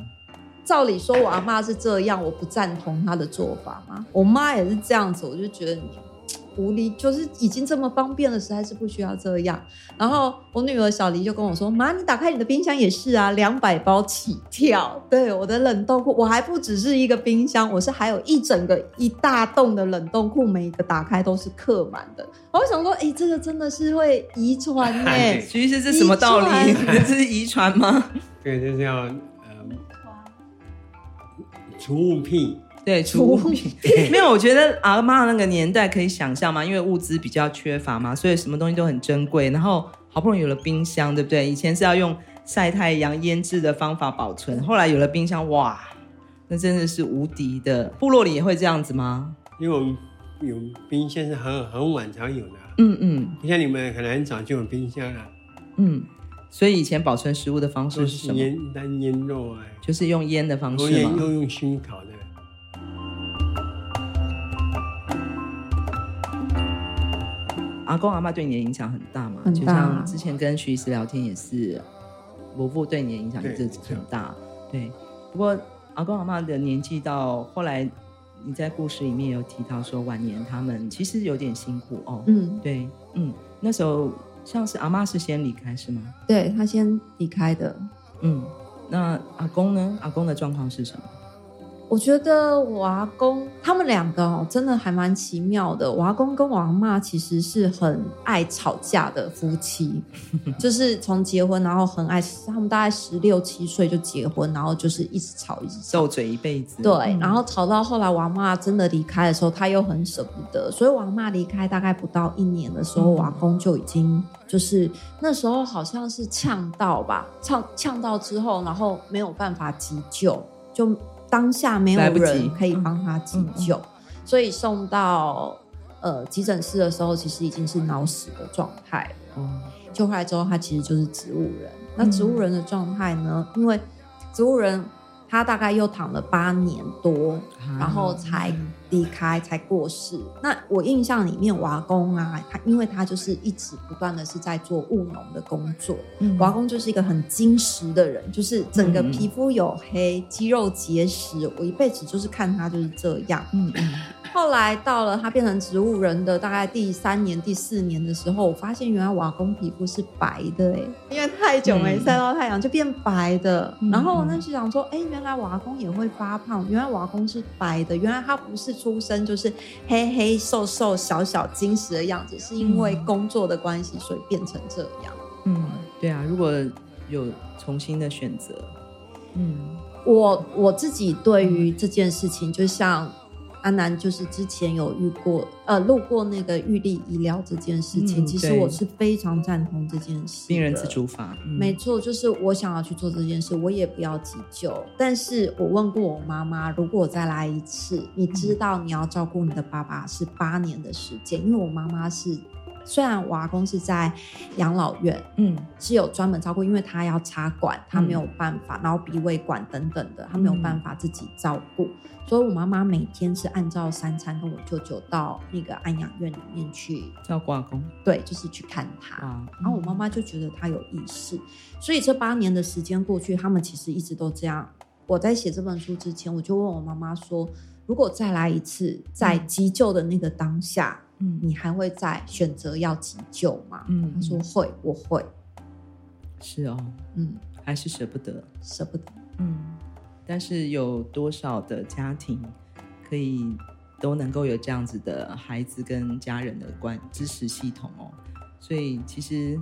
[SPEAKER 4] 照理说我阿妈是这样，我不赞同她的做法嘛。我妈也是这样子，我就觉得你无理，就是已经这么方便了，实在是不需要这样。然后我女儿小黎就跟我说：“妈，你打开你的冰箱也是啊，两百包起跳。对，我的冷冻库，我还不只是一个冰箱，我是还有一整个一大栋的冷冻库，每一个打开都是刻满的。我想说，哎、这个真的是会遗传呢、
[SPEAKER 2] 徐医师这什么道理
[SPEAKER 4] 遗？
[SPEAKER 2] 这是遗传 吗？
[SPEAKER 1] 这个就是要呃，储物癖，
[SPEAKER 2] 对，
[SPEAKER 4] 储
[SPEAKER 2] 储
[SPEAKER 4] 物
[SPEAKER 2] 物
[SPEAKER 4] 品
[SPEAKER 2] 品没有，我觉得阿妈那个年代可以想象嘛，因为物资比较缺乏嘛，所以什么东西都很珍贵。然后好不容易有了冰箱，对不对？以前是要用晒太阳腌制的方法保存，后来有了冰箱，哇，那真的是无敌的。部落里也会这样子吗？
[SPEAKER 1] 因为我们有冰箱是很很晚才有的啊，
[SPEAKER 2] 嗯嗯
[SPEAKER 1] 不像你们可能很早就有冰箱了，
[SPEAKER 2] 嗯。所以以前保存食物的方
[SPEAKER 1] 都
[SPEAKER 2] 式是
[SPEAKER 1] 是
[SPEAKER 2] 什么？
[SPEAKER 1] 腌单腌肉啊，
[SPEAKER 2] 就是用腌的方
[SPEAKER 1] 我
[SPEAKER 2] 式
[SPEAKER 1] 也
[SPEAKER 2] 嘛。
[SPEAKER 1] 又用熏烤的。
[SPEAKER 2] 阿公阿妈对你的影响很大嘛？
[SPEAKER 4] 很大
[SPEAKER 2] 就像之前跟徐医师聊天也是，伯父对你的影响也是很大。对，不过阿公阿妈的年纪到后来，你在故事里面有提到说晚年他们其实有点辛苦哦。
[SPEAKER 4] 嗯，
[SPEAKER 2] 对，嗯，那时候像是阿妈是先离开是吗？
[SPEAKER 4] 对她先离开的。
[SPEAKER 2] 嗯，那阿公呢？阿公的状况是什么？
[SPEAKER 4] 我觉得我阿公他们两个哦，真的还蛮奇妙的。我阿公跟我阿妈其实是很爱吵架的夫妻，就是从结婚然后很爱，他们大概十六七岁就结婚，然后就是一直吵一直吵。
[SPEAKER 2] 斗嘴一辈子。
[SPEAKER 4] 对，然后吵到后来，我阿妈真的离开的时候，她又很舍不得，所以我阿妈离开大概不到一年的时候，
[SPEAKER 2] 嗯
[SPEAKER 4] 我阿公就已经就是那时候好像是呛到吧，呛呛到之后，然后没有办法急救，就当下没有
[SPEAKER 2] 来不及嗯
[SPEAKER 4] 人可以帮他急救，所以送到呃急诊室的时候，其实已经是脑死的状态了。
[SPEAKER 2] 哦，
[SPEAKER 4] 救回来之后，他其实就是植物人。那植
[SPEAKER 2] 嗯
[SPEAKER 4] 物人的状态呢？因为植物人他大概又躺了八年多，
[SPEAKER 2] 啊
[SPEAKER 4] 然后才离开，才过世。那我印象里面，瓦工啊，他因为他就是一直不断的是在做务农的工作，
[SPEAKER 2] 嗯
[SPEAKER 4] 瓦工就是一个很精实的人，就是整个
[SPEAKER 2] 嗯
[SPEAKER 4] 皮肤黝黑，肌肉结实。我一辈子就是看他就是这样。
[SPEAKER 2] 嗯嗯
[SPEAKER 4] 后来到了他变成植物人的大概第三年、第四年的时候，我发现原来瓦工皮肤是白的哎、因为太久没晒到太阳就变白的。
[SPEAKER 2] 嗯
[SPEAKER 4] 然后我那时想说，哎、原来瓦工也会发胖，原来瓦工是白的，原来他不是出生就是黑黑瘦瘦小小精实的样子，是因为
[SPEAKER 2] 嗯
[SPEAKER 4] 工作的关系所以变成这样。
[SPEAKER 2] 嗯，对啊，如果有重新的选择，嗯。
[SPEAKER 4] 我我自己对于这件事情，就像阿南，就是之前有遇过，呃，路过那个玉立医疗这件事情，
[SPEAKER 2] 嗯
[SPEAKER 4] 其实
[SPEAKER 2] 对
[SPEAKER 4] 我是非常赞同这件事。
[SPEAKER 2] 病人自。主法，嗯
[SPEAKER 4] 没错，就是我想要去做这件事，我也不要急救。但是我问过我妈妈，如果我再来一次，你知
[SPEAKER 2] 嗯
[SPEAKER 4] 道你要照顾你的爸爸是八年的时间，因为我妈妈是，虽然我阿公是在养老院，
[SPEAKER 2] 嗯
[SPEAKER 4] 是有专门照顾，因为他要插管，他没有办法，然后鼻胃管等等的，他没有办法自己照顾，所以我妈妈每天是按照三餐跟我舅舅到那个安养院里面去，
[SPEAKER 2] 照挂工
[SPEAKER 4] 对，就是去看他。
[SPEAKER 2] 啊，
[SPEAKER 4] 然后我妈妈就觉得他有意识，所以这八年的时间过去，他们其实一直都这样。我在写这本书之前，我就问我妈妈说，如果再来一次，在急救的那个当下，
[SPEAKER 2] 嗯
[SPEAKER 4] 你还会再选择要急救吗？
[SPEAKER 2] 嗯
[SPEAKER 4] 她说会，我会，
[SPEAKER 2] 是哦，
[SPEAKER 4] 嗯。
[SPEAKER 2] 还是舍不得，
[SPEAKER 4] 舍不得。
[SPEAKER 2] 嗯，但是有多少的家庭可以都能够有这样子的孩子跟家人的关支持系统哦？所以其实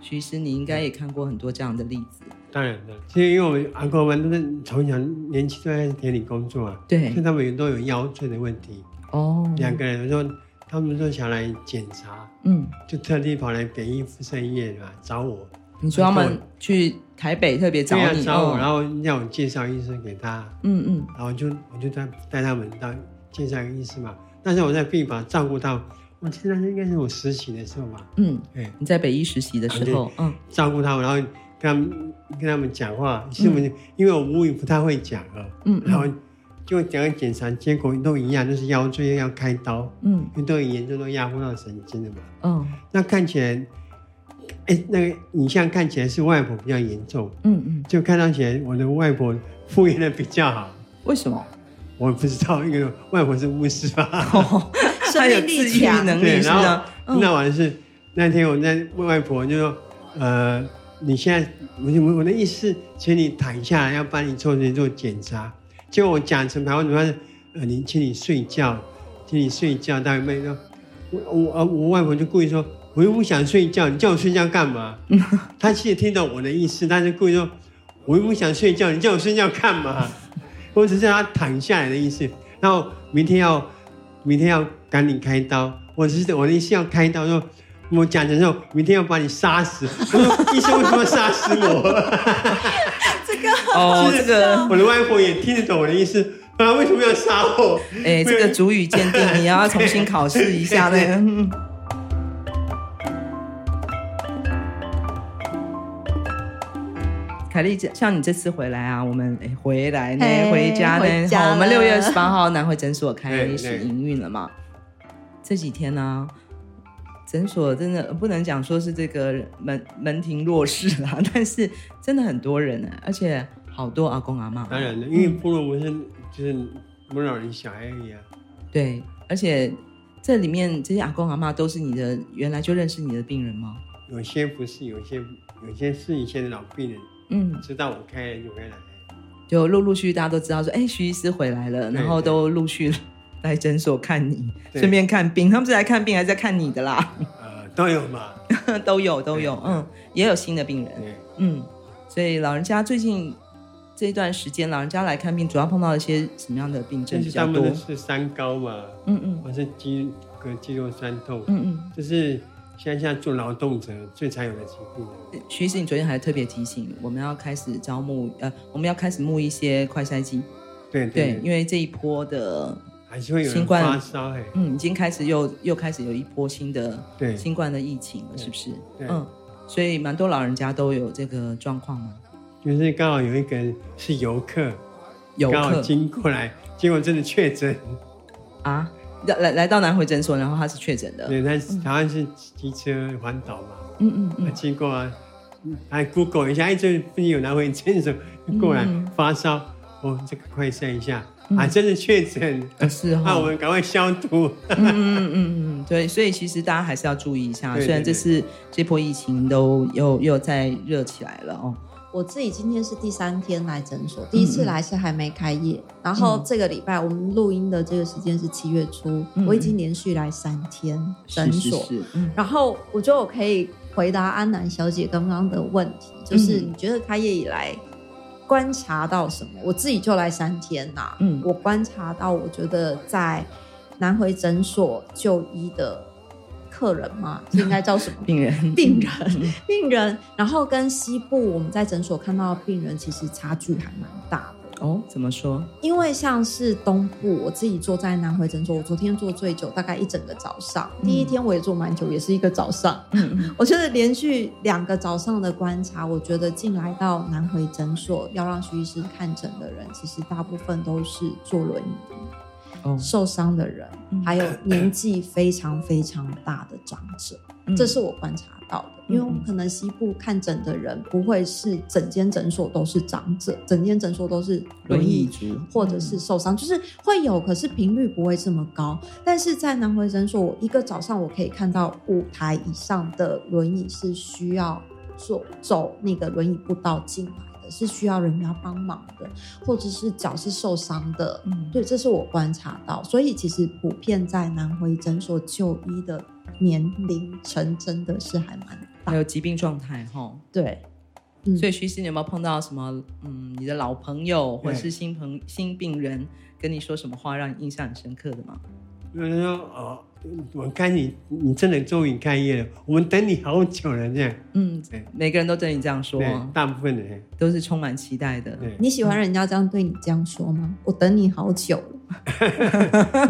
[SPEAKER 2] 徐医师，你应该也看过很多这样的例子，
[SPEAKER 1] 当然的，其实因为我们阿公们都是从小年轻都在田里工作啊，所以
[SPEAKER 2] 对
[SPEAKER 1] 他们都有腰椎的问题。
[SPEAKER 2] 哦，
[SPEAKER 1] 两个人说，他们说想来检查，
[SPEAKER 2] 嗯，
[SPEAKER 1] 就特地跑来北医附设医院啊找我，
[SPEAKER 2] 你说他们去台北特别找
[SPEAKER 1] 对啊
[SPEAKER 2] 你，
[SPEAKER 1] 找我，
[SPEAKER 2] 哦
[SPEAKER 1] 然后让我介绍医生给他，
[SPEAKER 2] 嗯嗯
[SPEAKER 1] 然后就我就带带他们到介绍一个医师嘛。但是我在病房照顾到，我记得那应该是我实习的时候嘛，
[SPEAKER 2] 嗯，
[SPEAKER 1] 对，
[SPEAKER 2] 你在北医实习的时候，嗯
[SPEAKER 1] 照顾他们，然后跟他们跟他们讲话，是不是？因为我母语不太会讲啊，
[SPEAKER 2] 嗯
[SPEAKER 1] 然后就讲一检查，结果都一样，就是腰椎要开刀，
[SPEAKER 2] 嗯
[SPEAKER 1] 因为都很严重，都压迫到神经了嘛。
[SPEAKER 2] 嗯
[SPEAKER 1] 那看起来，哎，那个影像看起来是外婆比较严重，
[SPEAKER 2] 嗯嗯，
[SPEAKER 1] 就看到起来我的外婆复原的比较好。
[SPEAKER 2] 为什么？
[SPEAKER 1] 我也不知道，因为外婆是巫师吧？
[SPEAKER 2] 他有
[SPEAKER 4] 生命
[SPEAKER 2] 自
[SPEAKER 4] 力
[SPEAKER 2] 愈
[SPEAKER 4] 强
[SPEAKER 2] 能
[SPEAKER 1] 对，
[SPEAKER 2] 哦力是啊
[SPEAKER 1] 然后
[SPEAKER 2] 吧？
[SPEAKER 1] 那完是那天我在问外婆就说，呃，你现在我我我的意思是，请你躺下来，要帮你做做检查。结果我讲成台湾怎么是，呃，你请你睡觉，请你睡觉。大妹说，我我呃我外婆就故意说，我又不想睡觉，你叫我睡觉干 嘛？她其实听懂我的意思，但是故意说，我又不想睡觉，你叫我睡觉干嘛？我只是让她躺下来的意思。然后明天要明天要赶紧开刀，我只是我的意思要开刀说。我讲的时候，明天要把你杀死。我说医生为什么要杀死我？
[SPEAKER 2] 哦，
[SPEAKER 1] 是
[SPEAKER 2] 这个
[SPEAKER 1] 我的外婆也听得懂我的意思，啊，为什么要杀我？
[SPEAKER 2] 哎，这个主语鉴定你要重新考试一下那个。嗯凯莉，像你这次回来啊，我们哎回来呢，
[SPEAKER 4] 嘿
[SPEAKER 2] 回家呢，
[SPEAKER 4] 回家
[SPEAKER 2] 好我们
[SPEAKER 4] 了
[SPEAKER 2] 六月十八号南汇诊所开
[SPEAKER 1] 对
[SPEAKER 2] 始
[SPEAKER 1] 对
[SPEAKER 2] 营运了嘛。这几天呢、诊所真的呃不能讲说是这个门门庭若市啦， 但是真的很多人呢、啊而且好多阿公阿妈。
[SPEAKER 1] 当然了，因为部落纹身就是我老人小孩而已啊。
[SPEAKER 2] 对，而且这里面这些阿公阿妈都是你的原来就认识你的病人吗？
[SPEAKER 1] 有些不是，有些有些是以前的老病人，
[SPEAKER 2] 嗯，
[SPEAKER 1] 知道我开了就回来。
[SPEAKER 2] 就陆陆续续大家都知道说，哎，徐医师回来了，
[SPEAKER 1] 对
[SPEAKER 2] 然后都陆续来诊所看你，
[SPEAKER 1] 对
[SPEAKER 2] 顺便看病。他们是来看病还是在看你的啦？
[SPEAKER 1] 呃，都有嘛。
[SPEAKER 2] 都有都有，嗯，也有新的病人，
[SPEAKER 1] 对，
[SPEAKER 2] 嗯，所以老人家最近这一段时间，老人家来看病主要碰到一些什么样的病症
[SPEAKER 1] 但
[SPEAKER 2] 比
[SPEAKER 1] 是他
[SPEAKER 2] 较
[SPEAKER 1] 们
[SPEAKER 2] 多
[SPEAKER 1] 都？是三高嘛，
[SPEAKER 2] 嗯嗯
[SPEAKER 1] 或是肌跟肌肉酸痛，
[SPEAKER 2] 嗯
[SPEAKER 1] 这是乡下做劳动者最常有的疾病啊。
[SPEAKER 2] 嗯，徐医师，你昨天还特别提醒我们要开始招募，呃，我们要开始募一些快筛机。
[SPEAKER 1] 对
[SPEAKER 2] 对，
[SPEAKER 1] 对，
[SPEAKER 2] 因为这一波的，
[SPEAKER 1] 还是会有
[SPEAKER 2] 新
[SPEAKER 1] 人
[SPEAKER 2] 冠
[SPEAKER 1] 发烧哎。
[SPEAKER 2] 嗯，已经开始又又开始有一波新的
[SPEAKER 1] 对，
[SPEAKER 2] 新冠的疫情了，是不是？
[SPEAKER 1] 对
[SPEAKER 2] 嗯，所以蛮多老人家都有这个状况嘛。
[SPEAKER 1] 就是刚好有一个人是游客，
[SPEAKER 2] 游
[SPEAKER 1] 刚好
[SPEAKER 2] 客
[SPEAKER 1] 经过来，结果真的确诊，
[SPEAKER 2] 啊，来来来到南回诊所，然后他是确诊的。
[SPEAKER 1] 对，他好像是机车环岛嘛，
[SPEAKER 2] 嗯嗯
[SPEAKER 1] 他
[SPEAKER 2] 嗯，
[SPEAKER 1] 经过啊，还 Google 一下，哎，这附近有拿回诊所，过来
[SPEAKER 2] 嗯
[SPEAKER 1] 发烧，哦，这个快筛一下，
[SPEAKER 2] 嗯
[SPEAKER 1] 啊，真的确诊，
[SPEAKER 2] 呃是哈、
[SPEAKER 1] 那我们赶快消毒，
[SPEAKER 2] 嗯嗯嗯嗯嗯，对，所以其实大家还是要注意一下，
[SPEAKER 1] 对对
[SPEAKER 2] 虽然这次这波疫情都又又在热起来了哦。
[SPEAKER 4] 我自己今天是第三天来诊
[SPEAKER 2] 嗯
[SPEAKER 4] 所，第一次来是还没开业，然后这个礼拜我们录音的这个时间是七月初，
[SPEAKER 2] 嗯
[SPEAKER 4] 我已经连续来三天诊
[SPEAKER 2] 是
[SPEAKER 4] 所，
[SPEAKER 2] 是是，嗯
[SPEAKER 4] 然后我觉得我可以回答安南小姐刚刚的问题，就是
[SPEAKER 2] 嗯
[SPEAKER 4] 你觉得开业以来观察到什么？我自己就来三天啦、
[SPEAKER 2] 嗯？
[SPEAKER 4] 我观察到，我觉得在南回诊所就医的客人嘛，这应该叫什么
[SPEAKER 2] 病人
[SPEAKER 4] 病人，病人，然后跟西部我们在诊所看到的病人其实差距还蛮大的，
[SPEAKER 2] 哦，怎么说？
[SPEAKER 4] 因为像是东部，我自己坐在南回诊所，我昨天坐最久，大概一整个早上。
[SPEAKER 2] 嗯
[SPEAKER 4] 第一天我也坐蛮久，也是一个早上。
[SPEAKER 2] 嗯嗯
[SPEAKER 4] 我觉得连续两个早上的观察，我觉得进来到南回诊所要让徐医师看诊的人，其实大部分都是坐轮椅、
[SPEAKER 2] 哦，
[SPEAKER 4] 受伤的人
[SPEAKER 2] 嗯，
[SPEAKER 4] 还有年纪非常非常大的长者。
[SPEAKER 2] 嗯
[SPEAKER 4] 这是我观察到的，因为我
[SPEAKER 2] 嗯嗯
[SPEAKER 4] 们可能西部看诊的人不会是整间诊所都是长者，整间诊所都是轮
[SPEAKER 2] 轮椅
[SPEAKER 4] 椅
[SPEAKER 2] 族
[SPEAKER 4] 或者是受伤，就是会有，可是频率不会这么高。但是在南回诊所，我一个早上我可以看到五台以上的轮椅是需要走走那个轮椅步道进来的，是需要人家帮忙的，或者是脚是受伤的。
[SPEAKER 2] 嗯
[SPEAKER 4] 对，这是我观察到，所以其实普遍在南回诊所就医的年龄层真的是还蛮
[SPEAKER 2] 还
[SPEAKER 4] 大。
[SPEAKER 2] 有疾病状态哈、哦
[SPEAKER 4] 对，嗯
[SPEAKER 2] 所以徐师，你有没有碰到什么？嗯，你的老朋友或者是新朋新病人跟你说什么话，让你印象很深刻的吗？
[SPEAKER 1] 有人说哦，我看你，你真的终于开业了，我们等你好久了，这样，
[SPEAKER 2] 嗯
[SPEAKER 1] 对，
[SPEAKER 2] 每个人都对你这样说，哦
[SPEAKER 1] 对，大部分的人，
[SPEAKER 2] 都是充满期待的。
[SPEAKER 1] 对，
[SPEAKER 4] 你喜欢人家这样对你这样说吗？我等你好久了。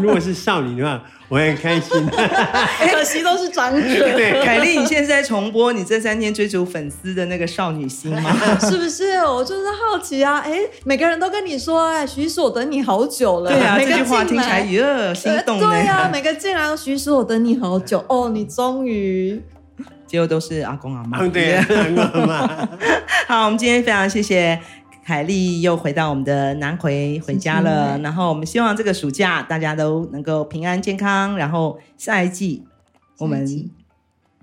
[SPEAKER 1] 如果是少女的话，我会很开心。
[SPEAKER 4] 可惜都是长者，
[SPEAKER 1] 对，
[SPEAKER 2] 凯莉，你现在在重播你这三天追逐粉丝的那个少女心 吗？
[SPEAKER 4] 是不是？我就是好奇啊，哎，每个人都跟你说，哎，徐叔，我等你好久了。
[SPEAKER 2] 对啊，
[SPEAKER 4] 每
[SPEAKER 2] 这
[SPEAKER 4] 个
[SPEAKER 2] 句话听
[SPEAKER 4] 进
[SPEAKER 2] 起来，
[SPEAKER 4] 来，
[SPEAKER 2] 哟，心动呢。
[SPEAKER 4] 呃对啊，每个进来，徐叔，我等你好久。哦，你终于
[SPEAKER 2] 结果都是阿公阿妈。
[SPEAKER 1] 嗯，对，很好嘛。
[SPEAKER 2] 好，我们今天非常谢谢凯莉又回到我们的南回回家了。然后我们希望这个暑假大家都能够平安健康，然后下一季我们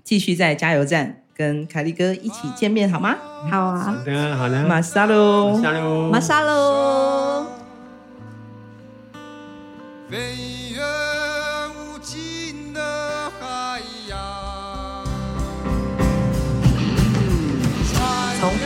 [SPEAKER 2] 继续在加油站跟凯莉哥一起见面，好吗？
[SPEAKER 4] 好啊
[SPEAKER 1] 好，的，好的，
[SPEAKER 2] 马哦萨喽。
[SPEAKER 1] 下喽，
[SPEAKER 4] 马莎喽。
[SPEAKER 5] 飞越无尽的海洋。
[SPEAKER 2] 从屏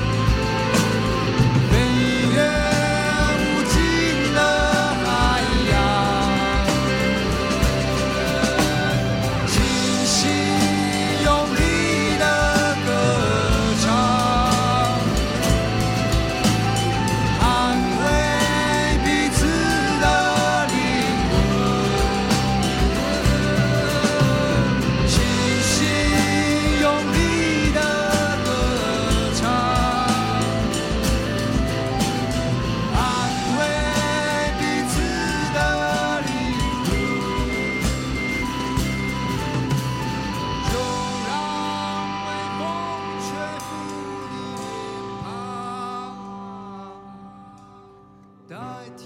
[SPEAKER 5] 越无尽的海洋，清晰有力的歌唱，捍卫彼此的灵魂，清晰有力的歌唱。安慰彼此的灵魂，就让微风吹拂你脸庞，代替。